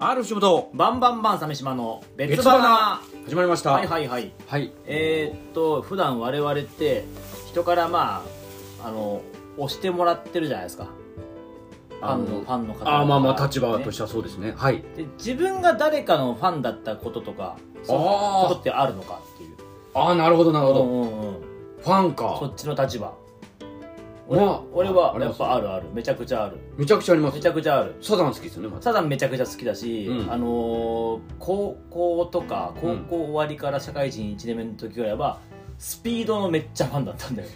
R 藤本バンバンバン鮫島の別別花花始まりましたはいはいはいはいえー、っと普段我々って人からまああの押してもらってるじゃないですかファンあののファンの方ああまあまあとかね立場としてはそうですねはいで自分が誰かのファンだったこととかそういうあーことってあるのかっていうああなるほどなるほうどんうんうんファンそかっちの立場俺,、まあ俺ああはりやまっすぱあるあるめちゃくちゃあるめちゃくちゃありまめすちゃくちゃあるサザン好きですよねまたサザンめちゃくちゃ好きだし、うんあのー高校とか高校終わりから社会人1年目の時ぐらいはスピードのめっちゃファンだったんだよ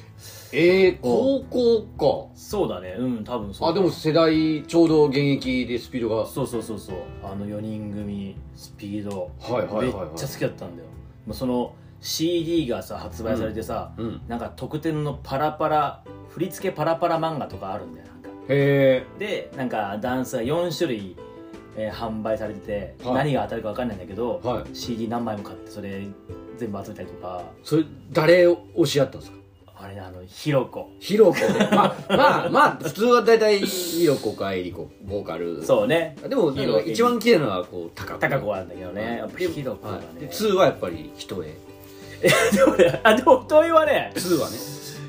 ええ高校そうだねうん多分そうかあでも世代ちょうど現役でスピードがそうそうそうそうあの4人組スピードはいはいめはいっはいちゃ好きだったんだよもうその CD がさ発売されてさ、うんなんか特典のパラパラ振り付けパラパラ漫画とかあるんだよなんかへえでなんかダンスが4種類、えー販売されてて、はい何が当たるか分かんないんだけど、はい CD 何枚も買ってそれ全部集めたりとかそれ誰を推し合ったんですかあれねあのひろこひろこ まあまあまあ普通は大体ひろこかえりこボーカルそうねでもひろこ一番綺麗なのはこう高子高子なんだけどねやっぱりでひろこがねはいで2はやっぱり人へ でもねあでも遠いはね2はね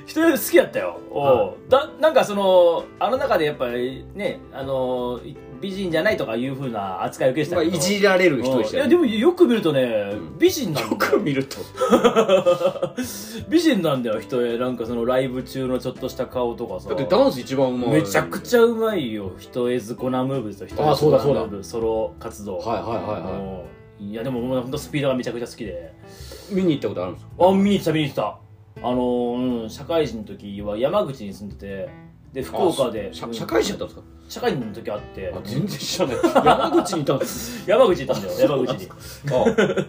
人より好きだったよおう、だなんかそのあの中でやっぱりねあのい美人じゃないとかいうふうな扱い受けしたまあけいどじられる人うんでいしたやよでねもよく見るとね、ん美人なんだよ見ると美人なんだよ人へなんかそのライブ中のちょっとした顔とかさだってダンス一番うまいめちゃくちゃうまいよ人絵ズコナムーブですよ人あ絵そうだそうだムーブソロ活動はいはいはいはいもういやでももう本当スピードがめちゃくちゃ好きで見に行ったことあるんですかあ見に行ってた見に行ってたあのーうん社会人の時は山口に住んでてで福岡であ社うん社会人だったんです社会人の時あってかあ全然知らない 山口にいたんです山口行ったんだ よ山口にあは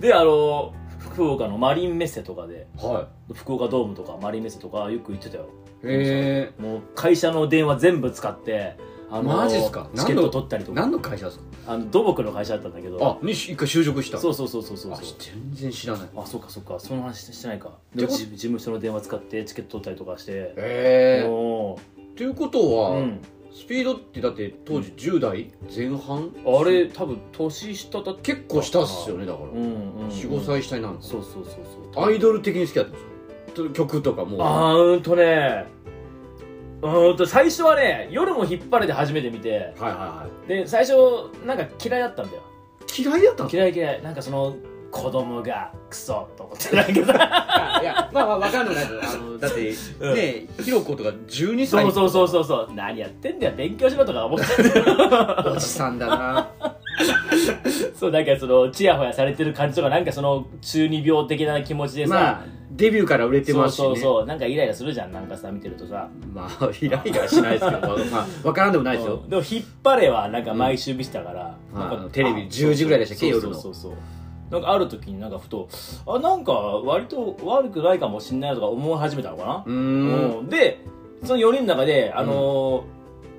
であのー福岡のマリンメッセとかでい福岡ドームとかマリンメッセとかよく行ってたよへもう会社の電話全部使ってあえのーマジっすかチケット取ったりとか何の会社ですかあの土木の会社だったんだけどあに一回就職したそうそうそうそうそうあ全然知らないあそうかそうかその話してないかてでこ事事務所の電話使ってチケット取ったりとかしてへえもということうは、うんスピードってだって当時10代前半あれ多分年下だっ結構下っすよねだから、うんうん、うん、 45歳下になるのかそうそうそうなそうアイドル的に好きだったんですか曲とかもうあーうんとねうーんと最初はね夜も引っ張れて初めて見てはいはで最初なんか嫌いだったんだよいはい嫌いだったんです嫌い嫌いなんかその子供がクソと思ってないけどかいやまあまあ分かんないあのだっ てねうんえひろことか12歳そうそうそうそうそう何やってんだよ勉強しろとか思っておじさんだなそうなんかそのちやほやされてる感じとかなんかその中二病的な気持 ちでさ、まあデビューから売れてそまうすし、ね、そうそうなんかイライラするじゃんなんかさ見てるとさまあイライラはしないですけ ど、まあまあ、分からんでもないですようん、でも「引っ張れ」はなんか毎週見てたから、うんなんあかのテレビ10時ぐらいでしたっけそうそう夜のそうそうなんかある時になんかふとあなんか割と悪くないかもしんないなとか思い始めたのかなう、ーんうんでその4人の中であの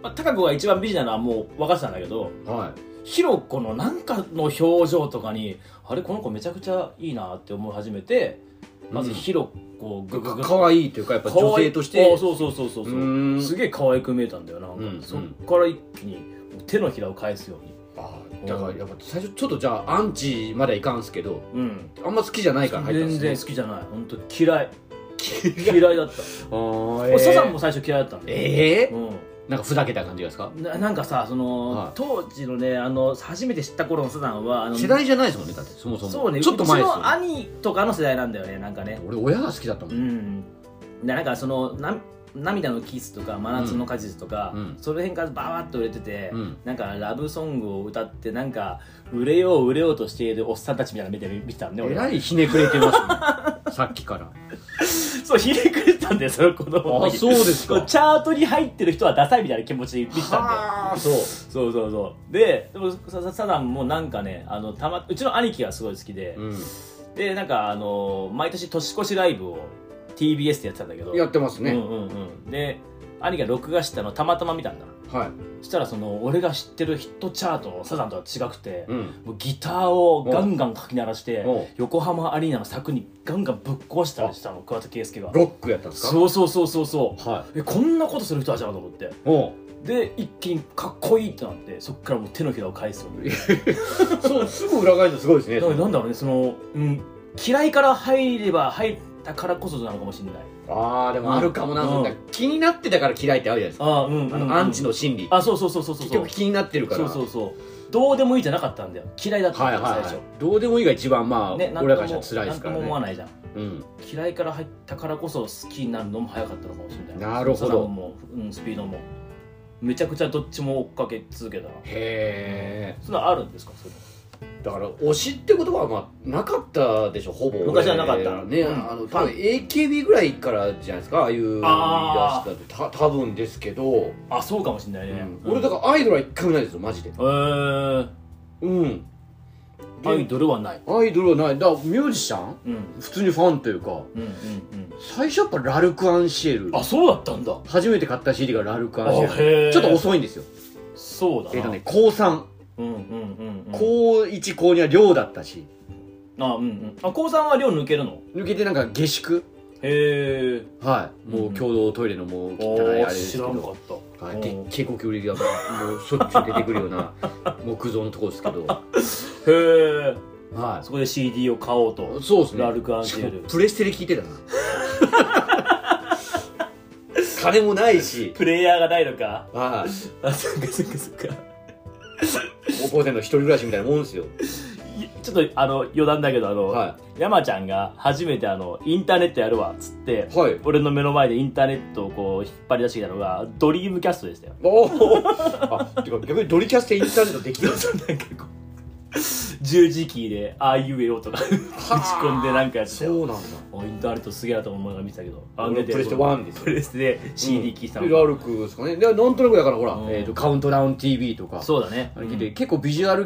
ーまあ、高子が一番美人なのはもう分かってたんだけどはひろこのなんかの表情とかにあれこの子めちゃくちゃいいなって思い始めてまずひろこをグググい可愛いというかやっぱ女性とし可愛いてあそうそうそうそうそううーんすげえ可愛く見えたんだよななんか、うんそっから一気に手のひらを返すようにあだからやっぱ最初ちょっとじゃあアンチまではいかんすけどうんあんま好きじゃないから入ったん全で然す好きじゃない本当嫌い嫌いだった、ねあ俺サザンも最初嫌いだったんだよええうんなんかふざけた感じがですかななんかさその、はい当時のねあの初めて知った頃のサザンはあの世代じゃないですもんねだってそもそもそうねちょっと前うでちすのよ兄とかの世代なんだよねなんかね俺親が好きだったもうんんでなんかそのな涙のキスとか真夏の果実とか、うんその辺からバーッと売れてて、うんなんかラブソングを歌ってなんか売れよう売れようとしているおっさんたちみたいな目で見てたんでえ俺らはいひねくれてます ねさっきからそうひねくれてたんだよその子供のあ時そうです かチャートに入ってる人はダサいみたいな気持ちで見てたんだよはあそうそうそうそうででもサササダンもなんかねあのた、ま、うちの兄貴がすごい好きで、うんでなんかあの毎年年越しライブを TBS でやってたんだけどやってますねうんうんうんで兄が録画してたのたまたま見たんだはいそしたらその俺が知ってるヒットチャートサザンとは違くて、うんもうギターをガンガンかき鳴らしておう横浜アリーナの柵にガンガンぶっ壊したりしたの桑田佳祐がロックやったんですかそうそうそうそうそうはえこんなことする人たちだと思っていおうで一気にかっこいいってなってそっからもう手のひらを返すようにそうすぐ裏返すすごいですねだからなんだろうねその、うん、嫌いから入れば入ったからこそなのかもしれないああでもあるかもな、うんなんか気になってたから嫌いってあるじゃないですか、あうんうん、あうんのアンチの心理あそうそうそうそうそう結そう局気になってるからそうそうそうどうでもいいじゃなかったんだよ嫌いだったんはだいよ、はい、最は初い、どうでもいいが一番まあ、ね、なん俺らとからしたもら辛いですからなんとも思わねないじゃんうん嫌いから入ったからこそ好きになるのも早かったのかもしれないなるほどサザンも、うん、スピードもめちゃくちゃどっちも追っかけ続けたなへえそんなのあるんですかそれだから推しって言葉はまあなかったでしょほぼ昔はなかったね、うんあの多分 AKB ぐらいからじゃないですかああいうあ言い出したってた多分ですけど、あそうかもしれないね、うん俺だからアイドルは一回もないですよマジでらえーうんアイドルはないアイドルはないだからミュージシャンうん普通にファンというかうんうんうん最初やっぱラルク・アンシエルあそうだったんだ初めて買った CD がラルク・アンシあエへールちょっと遅いんですよそうだなえっ、とね高3うんうんうんうん高1高2は寮だったしあうんうんあ高三は寮抜けるの抜けてなんか下宿へえはいもう共同トイレのもう汚いあれですけ知らんかっどた、はいおーでっけえゴキブリがもうしょっちゅう出てくるような木造のとこですけど へえはそこで CD を買おうといそうですねラルクアンシエルしかもプレステで聞いてたな 金もないしプレイヤーがないのかはいあそっかそっかそっか高校生の一人暮らしみたいなもんですよいちょっとあの余談だけどあの、は山ちゃんが初めてあのインターネットやるわっつって、いはい俺の目の前でインターネットをこう引っ張り出してきたのがドリームキャストでしたよおおあてか逆にドリキャスでインターネットできるんですよなんかこう十字キーで「ああいうえお」とか打ち込んでなんかやってたよそうなんだおインターネットすげえなと思いながら見てたけどあ俺でプレステ1ですよプレステで CD 聴いてたのうんラルクですかねでなんとなくだからほら、うんえー、とカウントダウン TV とかそうだねあれ聞いて、結構ビジュアル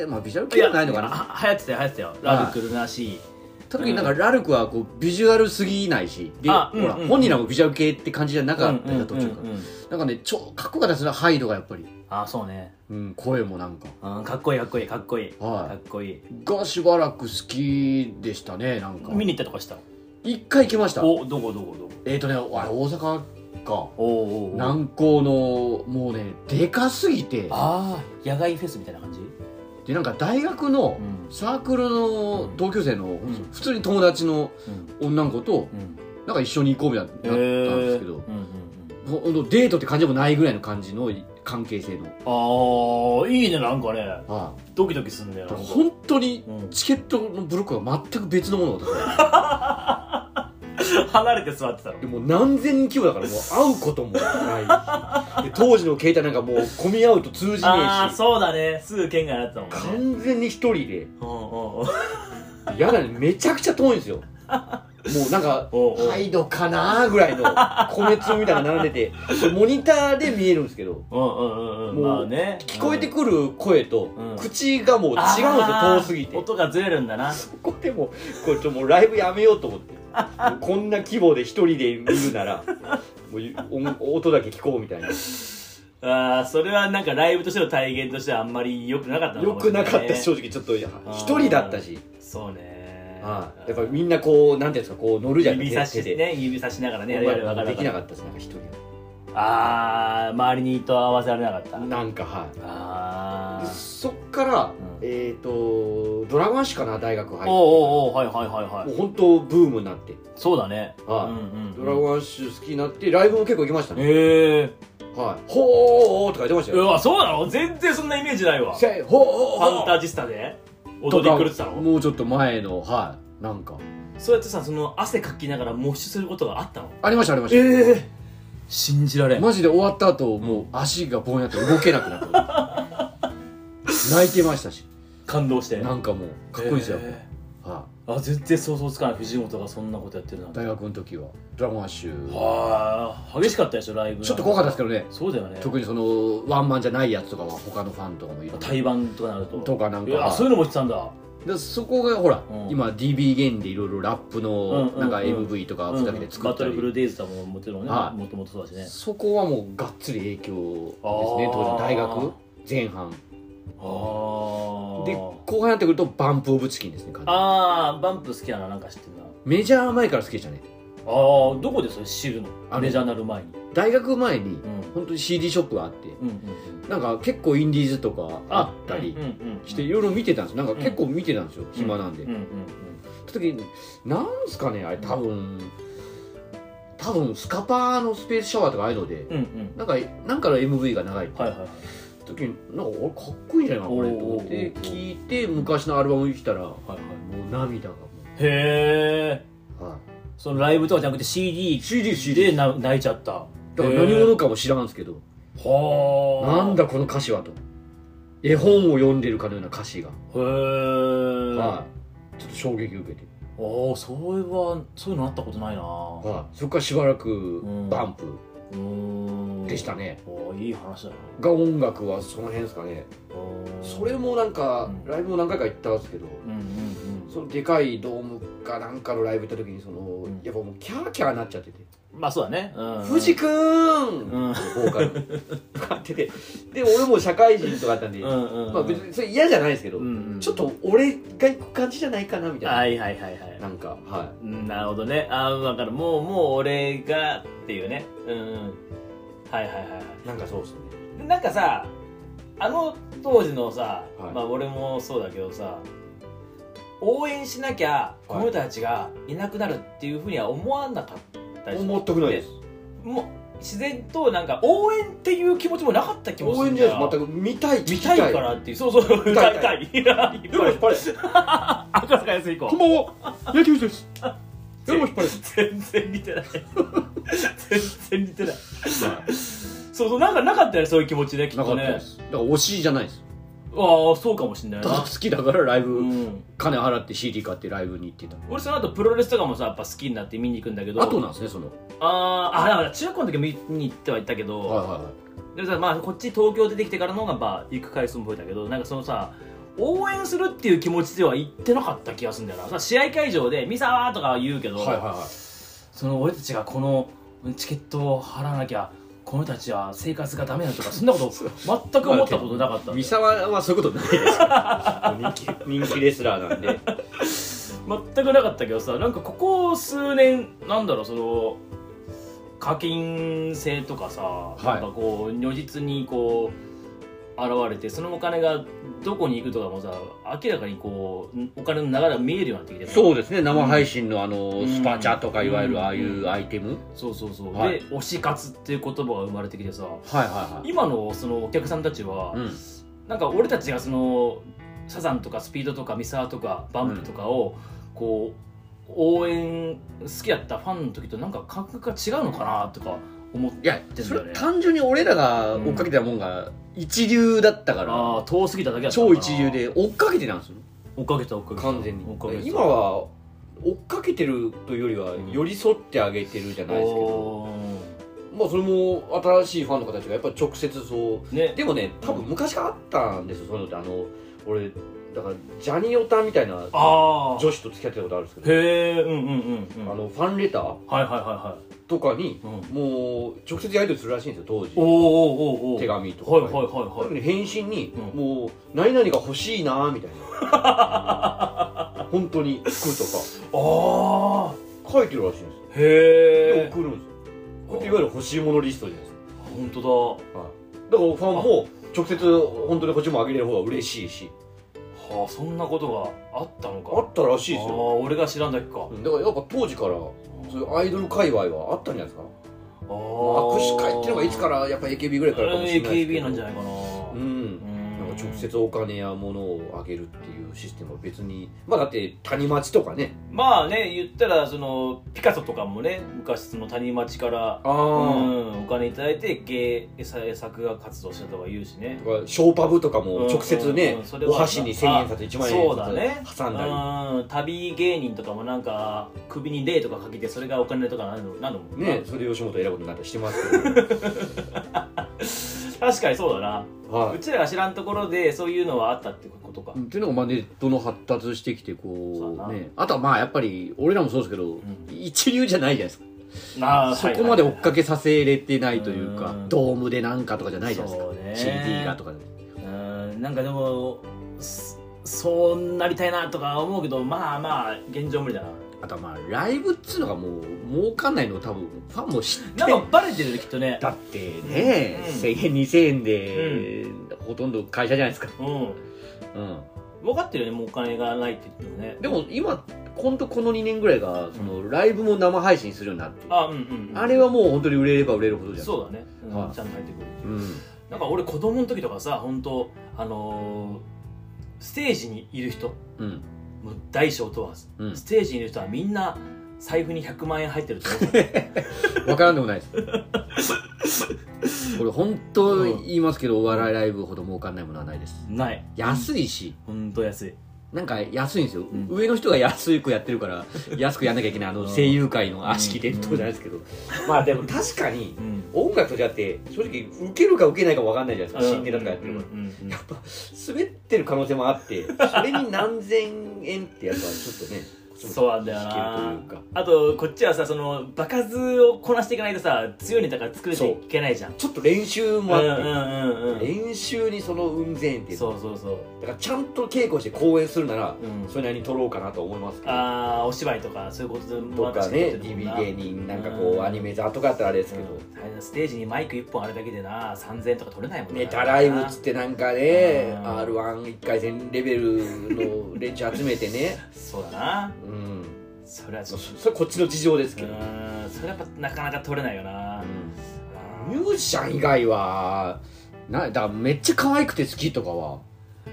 系まあビジュアル系じゃないのかなは流行ってたよ流行ってたよラブクルなし特になんかラルクはこうビジュアルすぎないしでほあら、うんうん本人らもビジュアル系って感じじゃなうかんったよ途中から、うんうんうんなんかねちょかっこよかったですねハイドがやっぱり、あそうねうん、声もなんかうんかっこいいかっこいいかっこいいはいかっこいいがしばらく好きでしたねなんか見に行ったりとかした一回行きましたおどこどこどこえっ、ー、とねあれ大阪かおおおうおう南高のもうねでかすぎてああ野外フェスみたいな感じでなんか大学のうんサークルの同級生の、ん普通に友達のうん女の子とうんなんか一緒に行こうみたいになったんですけど、えーうんうんほほんとデートって感じでもないぐらいの感じの関係性の、うんああいいねなんかねはドキドキすんだよいなんか本当にうん チケットのブロックが全く別のものだったから離れて座ってたのでもう何千人規模だからもう会うことも ないしで当時の携帯なんかもう混み合うと通じねあえあしそうだねすぐ県外になってたもんね完全に一人でうんうんうんやだねめちゃくちゃ遠いんですよもうなんかおうおうハイドかなーぐらいの米粒みたいなの並んでてモニターで見えるんですけどうんうんうんうんもうまあね聞こえてくる声とうん口がもう違うんですよあー遠すぎてこ音がずれるんだなこでもこれちょっともうライブやめようと思って もうこんな規模で一人で見るならもう音音だけ聞こうみたいなああそれはなんかライブとしての体現としてはあんまり良くなかったのよもしくれいなねかったし正直ちょっといや一人だったしそうねはいやっぱりみんなこうなんていうんですかこう乗るじゃない指です差かし手でね指差しながらねやるやるわかるでわかきるなかったですなんか一人ああ周りにと合わせられなかったなんかはいあであそっから、んえっ、とドラマ誌かな大学入っておうおうおうはいはいはいはもいう本当ブームになって、そうだねはいうんドうラんうんゴン誌好きになってライブも結構行きましたね、へえはいほーおーおーとか言ってましたうよわそうなの全然そんなイメージないわフせいほーおーァおンータジスタで踊り狂ってたとかのもうちょっと前のはいなんかそうやってさその汗かきながら喪主することがあったのありましたありました、ええ信じられんマジで終わった後もう足がぼんやって動けなくなった 泣いてましたし感動してなんかもうかっこいいですよ、えはーあ全然想像つかない藤本がそんなことやってるなんいて大学の時はドラゴン誌はあ激しかったでしょライブちょっと怖かったですけどどねそうだよね特にそのワンマンじゃないやつとかは他のファンとかもいる対バンとかなるととかなんかうわそういうのも言ってたんだらそこがほら、うん今 DB ゲインでいろいろラップうんうんのうんなんか MV とかふざけて作バったトり、ルブルーデイズだもんもちろんねはいもともとそうだしねそこはもうがっつり影響ですねあー当時の大学前半あでで後半になってくるとバンプ・オブ・チキンですね完全にあーバンプ好きやななんか知ってるなメジャー前から好きでしたねあーどこでそれ知るあののメジャーなる前に大学前にうん本当に CD ショップがあってうんうんなんか結構インディーズとかあったりうんうんうんしていろいろ見てたんですなんか結構見てたんですよ、暇なんで、うんうんうんその時になんすかねあれ多分多分スカパーのスペースシャワーとかああいうので、うんうんなんかなんかの MV が長いはいはいはい時になんか俺かっこいいんじゃないかなこれと思っおーておー聞いて昔のアルバムに来たらもはいはいう涙がもへえう、はそのライブとかじゃなくて CD い、CD でな泣いちゃっただから何者かも知らんすけどはなあんだこの歌詞はと絵本を読んでるかのような歌詞が、へえ、はい、ちょっと衝撃を受けて、おおそういえばそういうのあったことないなうはい、そこからしばらくうんバンプーんでしたね、おーいい話だねが音楽はその辺ですかねおーそれもなんかうんライブも何回か行ったんですけど、うんうんうんそのでかいドームかなんかのライブ行った時にその、んやっぱもうキャーキャーなっちゃっててまあそうだね「うん藤くーん!」うんボーカ ルとかっててで俺も社会人とかだったんで、うんうんうんまあ、別にそれ嫌じゃないですけど、うんうんちょっと俺が行く感じじゃないかなみたいな、はいはいはいはいなんかはうんなるほどねああだからもうもう俺がっていうねうんうんはいはいはいはいいなんかそうですねでなんかさあの当時のさ、はいまあ俺もそうだけどさ応援しなきゃこの人たちがいなくなるっていうふうには思わなかったり思っとくないですもう自然となんか応援っていう気持ちもなかった気もす応る援じゃないです全く見たい聞見きたいからっていうそうそう歌い歌いたたいいやいっ夜も引っぱい張れ 赤坂安こん彦ばんは野球です夜も引っ張れ全然似てない全然似てないそうそうなんかなかったよねそういう気持ちねきっなかとったねですだから推しじゃないですああそうかもしんないただな好きだからライブ、うん金払って CD 買ってライブに行ってた俺その後プロレスとかもさやっぱ好きになって見に行くんだけどあとなんですねそのあーあだから中高の時見に行っては行ったけど、はいはいはいでもさまあこっち東京出てきてからの方がまあ行く回数も増えたけどなんかそのさ応援するっていう気持ちでは行ってなかった気がするんだよなさ試合会場で「ミサワー!」とかは言うけど、はいはいはいその俺たちがこのチケットを払わなきゃこの人たちは生活がダメだとかそんなこと全く思ったことなかったんだよ三沢はそういうことないですから 人気人気レスラーなんで全くなかったけどさなんかここ数年なんだろうその課金制とかさ、いなんかこう如実にこう現れてそのお金がどこに行くとかもさ明らかにこうお金の流れが見えるようになってきてそううですね生配信のあのうんスパチャとかいわゆうんるああいうアイテムそうそうそう、はいで推し活っていう言葉が生まれてきてさはいは今のそのお客さんたちは、うんなんか俺たちがそのサザンとかスピードとかミサーとかバンプとかをこう応援好きやったファンの時となんか感覚が違うのかなとか思っていやてんそだよれね単純に俺らが追っかけてたもんが一流だったからああ遠すぎただけだったの超かな一流で追っかけてたんですよ追っかけた追っかけた完全に追っかけた今は追っかけてるというよりはうん寄り添ってあげてるじゃないですけどおまあそれも新しいファンの方たちがやっぱ直接そうーねでもね多分昔からあったんですよそういうのってあの俺だからジャニオタみたいなああ女子と付き合ってたことあるんですけどへえうんうんうんうんあのファンレターはいはいはとかにいはい、うん、もう直接やり取りするらしいんですよ当時おーおーおーおー手紙とかはいはいいはいはい返信に、うんもう何々が欲しいなみたいな 本当に服とああか書いてるらしいんですよへでえ送るんですよこれっていわゆる欲しいものリストじゃないです本当だか、はい、だからファンも直接本当にこっちもあげれる方が嬉しいしはあそんなことがあったのかあったらしいあですあよ俺が知らんだけか、うんだからやっぱ当時からそういうアイドル界隈はあったんじゃないですかあー握手会っていうのがいつからやっぱ AKB ぐらいからかもしれないですけど AKB なんじゃないかうなうんんなんか直接お金や物をあげるっていうシステムは別にまあだって谷町とかねまあね言ったらそのピカソとかもね昔その谷町からああうんお金いただいて芸作画活動してたとか言うしねとかショーパブとかうんも直接ね、うんそれおは箸に1000円札1万そうだね円札挟んだりうん旅芸人とかもなんか首に例とかかけてそれがお金とかなるのなるもんな ねそれで吉本選ぶことになったりしてますけどあ確かにそうだな、はういちらが知らんところでそういうのはあったってことか、っていうのがまあネットの発達してきてそうこだうなねあとはまあやっぱり俺らもそうですけど、ん一流じゃないじゃないですかなあそこまで追っかけけさせれてないというか、うんドームでなんかとかじゃないじゃないですか、そうね CD がとかでうんなんかでもそそうなりたいなとか思うけどまあまあ現状無理だなあとはまあライブっつうのがもう儲かんないの多分ファンも知ってなんかバレてるねきっとねだってね、うん1000円2000円で、ほとんど会社じゃないですか、うんうん、分かってるよねもうお金がないって言ってもねでも今ほんとこの2年ぐらいがそのライブも生配信するようになってあうんうん、うん、あれはもう本当に売れれば売れるほどじゃんそうだね、うんはいちゃんと入ってくるうんなんか俺子供の時とかさ本当あのーステージにいる人うんもう大小問わず、うんステージにいる人はみんな財布に100万円入ってると思う分からんでもないです俺本当言いますけどお笑いライブほど儲かんないものはないです ない安いし本当安いなんか安いんですよ、ん上の人が安くやってる から安くやんなきゃいけないあの声優界の悪しき伝統じゃないですけど、まあでも確かにうん音楽とじゃって正直受けるか受けないか分かんないじゃないですかう死んんでたとかやってるから、うんうんうんやっぱ滑ってる可能性もあってそれに何千円ってやつはちょっとねそうなんだよ引なけるというかあとこっちはさその場数をこなしていかないとさ強いネタから作れていけないじゃんちょっと練習うんもうあんって、うんうん練習にその運善っていうそうそうそう、だからちゃんと稽古して公演するなら、うんそれなりに撮ろうかなと思いますけどああお芝居とかそういうことでもとかね DB 芸に人なんかこうんうアニメ座とかやったらあれですけど、ステージにマイク1本あるだけでな3000とか取れないもんなネタライブっつってなんかねうん r 1 1回戦レベルの連中集めてね そうだなうんそれはちそょっとそれこっちの事情ですうけど、ーんそれはやっぱなかなか取れないよな、ミュージシャン以外はなだからめっちゃ可愛くて好きとかは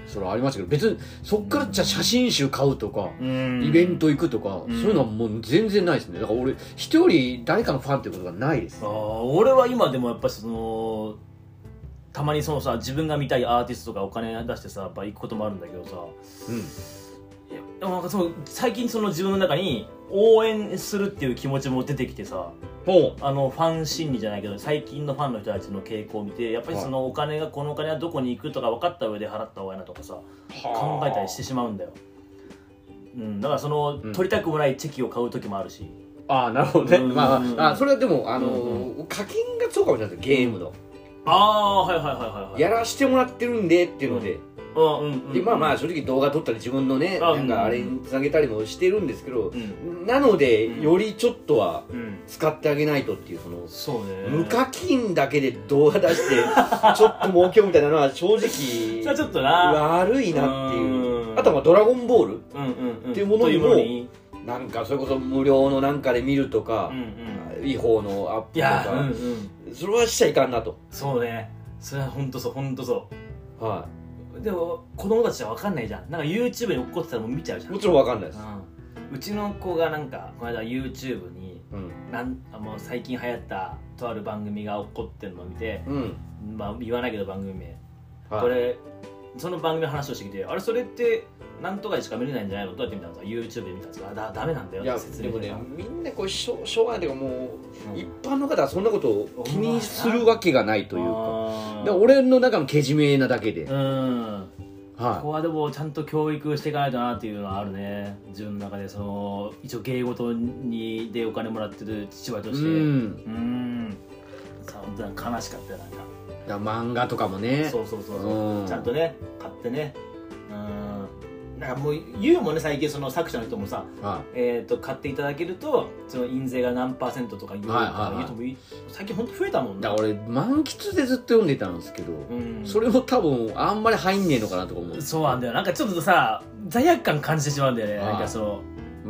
それはありましたけど別にそっからじゃあ写真集買うとか、うんイベント行くとか、うんそういうのはもう全然ないですねだから俺人より誰かのファンっていうことがないですあー俺は今でもやっぱそのたまにそのさ自分が見たいアーティストとかお金出してさやっぱ行くこともあるんだけどさうんいやでもなんかその最近その自分の中に応援するっていう気持ちも出てきてさほあのファン心理じゃないけど最近のファンの人たちの傾向を見てやっぱりそのお金がこのお金はどこに行くとか分かった上で払った方がいいなとかさ考えたりしてしまうんだよ、うん、だからその、うん取りたくもないチェキを買う時もあるしああなるほどねうんまああそれはでもあの、う課金がそうかもしれないですよゲームの、ああはいはいはいはいやらしてもらってるんでっていうので、うんうんうんでまあまあ正直動画撮ったり自分のねあなんかあれにつなげたりもしてるんですけどう、んなのでうんよりちょっとはうん使ってあげないとっていうそのそうね無課金だけで動画出してちょっと儲けようみたいなのは正直 それはちょっとな悪いなっていううんあとはまあドラゴンボール」うんうんうんっていうものにもとなんかそれこそ無料のなんかで見るとうかんう、ん違法のアップいとやうんうか、んそれはしちゃいかんなと、そうねそれは本当そう本当そはうでも子供たちは分かんないじゃんなんか YouTube に落っこってたらもう見ちゃうじい、ゃんもちろんわかんないです、うんうちの子がなんかこの間 YouTube にうんなんあもう最近流行ったとある番組が起こってるのを見て、うんまあ、言わないけど番組名、はいこれその番組の話をしてきてあれそれってなんとかでしか見れないんじゃないのどうやって見たのとか YouTube で見たんですかあだダメなんだよいっやて説で明もしてねたみんなこうしょしょうがないというかもう、うん一般の方はそんなことを気にするわけがないというかあーで俺の中のけじめなだけで、うんこはこはでもちゃんと教育していかないとなっていうのはあるね自分の中でその一応芸事にでお金もらってる父親いとうしてうんんんさ本当に悲しかったよなんかだから漫画とかもねそうそうそうそううんちゃんとね買ってねうんなんかもう言うもんね最近その作者の人もさ、はえー、と買っていただけるとその印税が何パーセントとか言う,、はいはいはい言うともいい最近本当増えたもんいなだから俺満喫でずっと読んでたんですけど、うん、それも多分あんまり入んねえのかなとか思うそうなんだよなんかちょっとさ罪悪感感じてしまうんだよねあーなんかその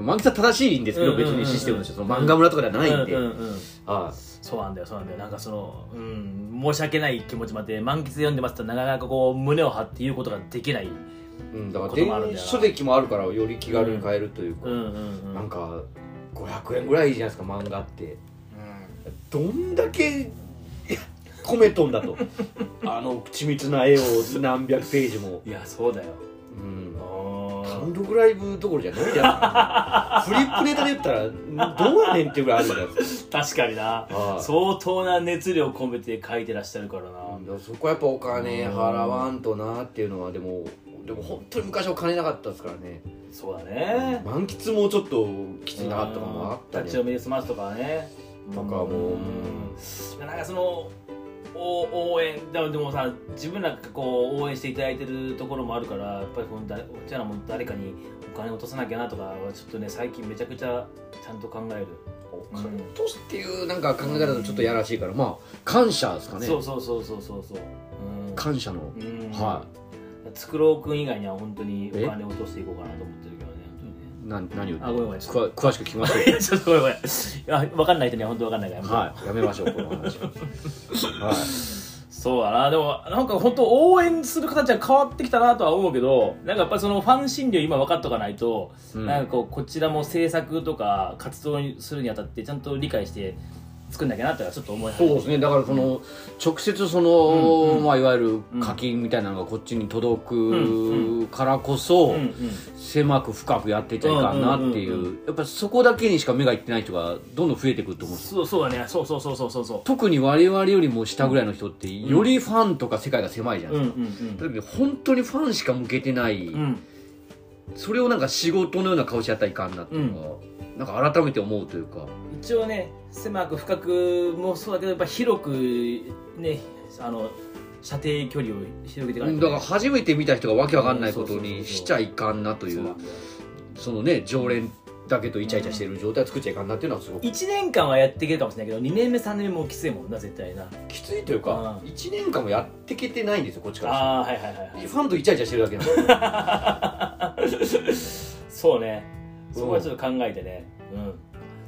満喫は正しいんですけど、うんうんうんうん別にシステムの人その漫画村とかではないんで、うんうんうんはそうなんだよそうなんだよなんかそのうん申し訳ない気持ちもあって満喫で読んでますとなかなかこう胸を張って言うことができないうんい、うん、だからこともあるんだ電よな子書籍もあるからより気軽に買えるというか、うんうんなんか500円ぐらいじゃないですか漫画ってどんだけいや込めとん だとあの緻密な絵を何百ページも、いやそうだようん、あー単独ライブどころじゃないじゃんフリップネタで言ったらどうやねんっていうぐらいあるじゃないです確かになかはい相当な熱量込めて書いてらっしゃるからなだからそこはやっぱお金払わんとなっていうのはでもでも本当に昔はお金なかったですからねそうだね満喫もちょっときついなとかもあったり立ち読みで済ますとかねとかもうんなんかそのお応援だでもさ自分らがこう応援していただいてるところもあるからやっぱりこのだうちらも誰かにお金落とさなきゃなとかはちょっとね最近めちゃくちゃちゃんと考える、お金としてっていうなんか考え方とちょっとやらしいからまあ感謝ですかねそうそうそうそうそうそううん感謝のうんはつくろうくん以外には本当にお金落としていこうかなと思ってるけどね本当にねいな何をあごめんごめん詳詳しく聞きましょいやちょっとごめんごめんいや分かんない人には本当分かんないから、うはいやめましょうこの話ははいそうだなでもなんか本当応援する形は変わってきたなとは思うけどなんかやっぱりそのファン心理を今分かっとかないと、うんなんかこうこちらも制作とか活動にするにあたってちゃんと理解して作んなきゃなとはちょっと思いそうですねだからその直接その、まあ、いわゆる課金みたいなのがこっちに届くんからこそ、うんうん狭く深くやっていっちゃいかんなっていう,、うんうんやっぱそこだけにしか目がいってない人がどんどん増えてくると思うんですよそうそうだねそうそうそうそうそうそ特に我々よりも下ぐらいの人ってよりファンとか世界が狭いじゃなういうんでうすか、ん例えば本当にファンしか向けてない、うんうんそれをなんか仕事のような顔しやったらいかんなっていうのが、なんか改めて思うというか一応ね狭く深くもそうだけどやっぱ広くねあの射程距離を広げていかないだとかねら初めて見た人がわけわかんないことうんにそうそうそうそうしちゃいかんなといそうなうんだよそのね常連だけとイチャイチャしてる状態を作っちゃいかんなっていうのはすごく1年間はやっていけるかもしれないけど2年目3年目もきついもんな絶対なきついというか1年間もやってけてないんですよこっちらああーはいはいはいはいファンとイチャイチャしてるだ けなのそうねそこはちょっと考えてねうん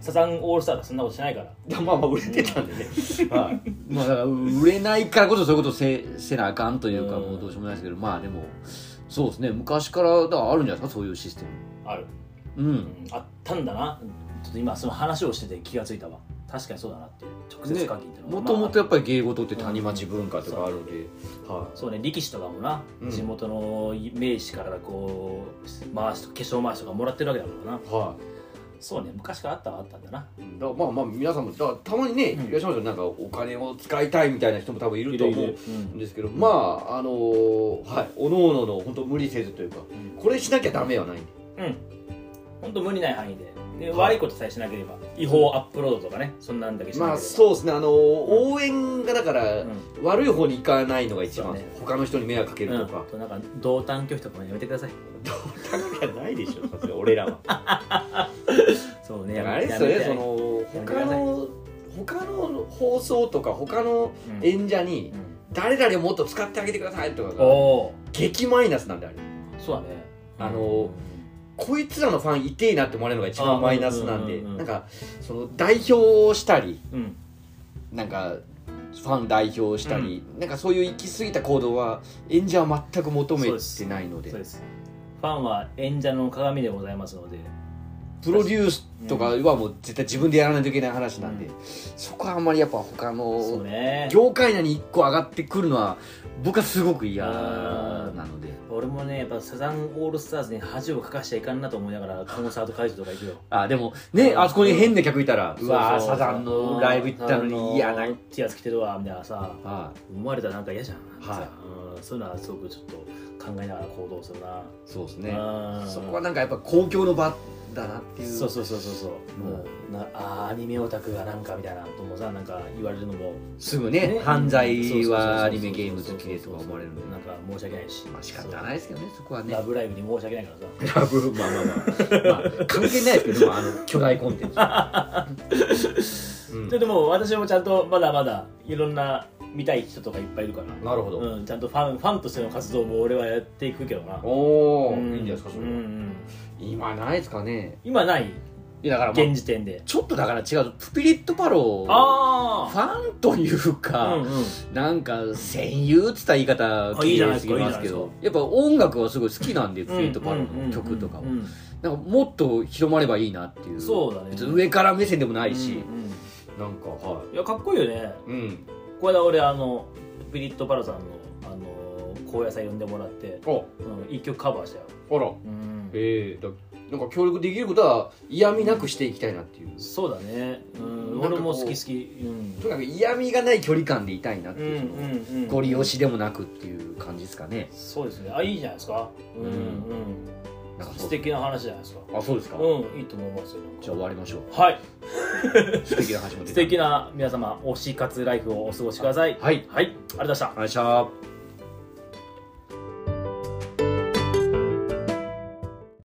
サザンオールスターがそんなことしないからまあまあ売れてたんでね、はいまあだから売れないからこそそういうことせせなあかんというか、うんもうどうしようもないですけどまあでもそうですね昔からだからあるんじゃないですかそういうシステある、ムううんん、あったんだなちょっと今その話をしてて気がついたわ確かにそうだなっていう直接課金ってのはもともとまあやっぱり芸事って谷町文化とかあるんで、はそうね力士とかもな、うん、地元の名士からこう回しと化粧回しとかもらってるわけだからないはいそうね昔からあったはあったんだなだからまあまあ皆さんもだからたまにね、うん吉本さんなんかお金を使いたいみたいな人も多分いると思ううんんですけどまああのーはいおのおのの本当無理せずというかうんこれしなきゃダメはないんでうん本当無理ない範囲でで、はい悪いことさえしなければ違法アップロードとかねそんなんだけしなければまあそうですねあのー応援がだからうん悪い方に行かないのが一番、そうね他の人に迷惑かけるとかあ、となんか同担拒否とかもやめてくださいいやないでしょさすがに俺ら はそうねだやからめあれですよねそのやめて他の他の放送とか他の演者に誰々もっと使ってあげてくださいとかおがお激マイナスなんであれーそうだねあのこいつらのファンいてえなって思われるのが一番マイナスなんあでーうんうんうんなんかその代表をしたりうんうんなんかファン代表をしたり、なんかそういう行き過ぎた行動は演者は全く求めてないのでそうですファンは演者の鏡でございますのでプロデュースとかはもう絶対自分でやらないといけない話なんで、うそこはあんまりやっぱ他そうのね業界内に1個上がってくるのは僕はすごく嫌あーなので俺もねやっぱサザンオールスターズに恥をかかしちゃいかんなと思いながらコンサート会場とか行くよあでもねあそこに変な客いたらうわーそうそサうザンのライブ行ったのサザンに嫌なティアつ着てるわみたいなさはい思われたらなんか嫌じゃんはいうんそういうのはすごくちょっと考えながら行動するなそうですねうんそこはなんかやっぱ公共の場だなっていうそうそうそうそうそう、うんうんなあーアニメオタクがなんかみたいなともさなんか言われるのもすぐねね犯罪はアそうそうそうそうニメゲーム好きでとか思われるんでなんか申し訳ないしまあ仕方ないですけどねそこはそうねラブライブに申し訳ないからさラブまあ まあまあ、まあ、関係ないですけどでもあの巨大コンテンツうんででも私もちゃんとまだまだいろんな見たい人とかいっぱいいるから、なるほどうん、ちゃんとファンファンとしての活動も俺はやっていくけどなおおういいんじゃないですかそれうんうはん今ないですかね今ないいやだから、まあ現時点でちょっとだから違うプピリットパローフあァンというあか、うんうんなんか戦友っつった言い方あいいじゃないですすかぎますけいいじゃどなやっぱ音楽はすごい好きなんでプピリットパローの曲とかうもんうんうんうんなんかもっと広まればいいなっていうそうだね別に上から目線でもないし、うんうんなんかはいやかっこいいよねいうんこれだ俺あのビリットパラさんのあの高野菜呼んでもらって、あうん、一曲カバーしたよ、あらうん、ええだなんか協力できることは嫌味なくしていきたいなっていうそうだね、うん、なんかこう俺も好き好きうんとにかく嫌味がない距離感でいたいなってうんういう、んうんゴリ押しでもなくっていう感じですかねそうですねあいいじゃないですかうんううんんなんかそ素う敵な話じゃないですかあそうですか、うんいいと思いますよなんかじゃあ終わりましょうはい素敵な話も出た素敵な皆様推し活ライフをお過ごしくださいはいはいありがとうございましたありがとうございました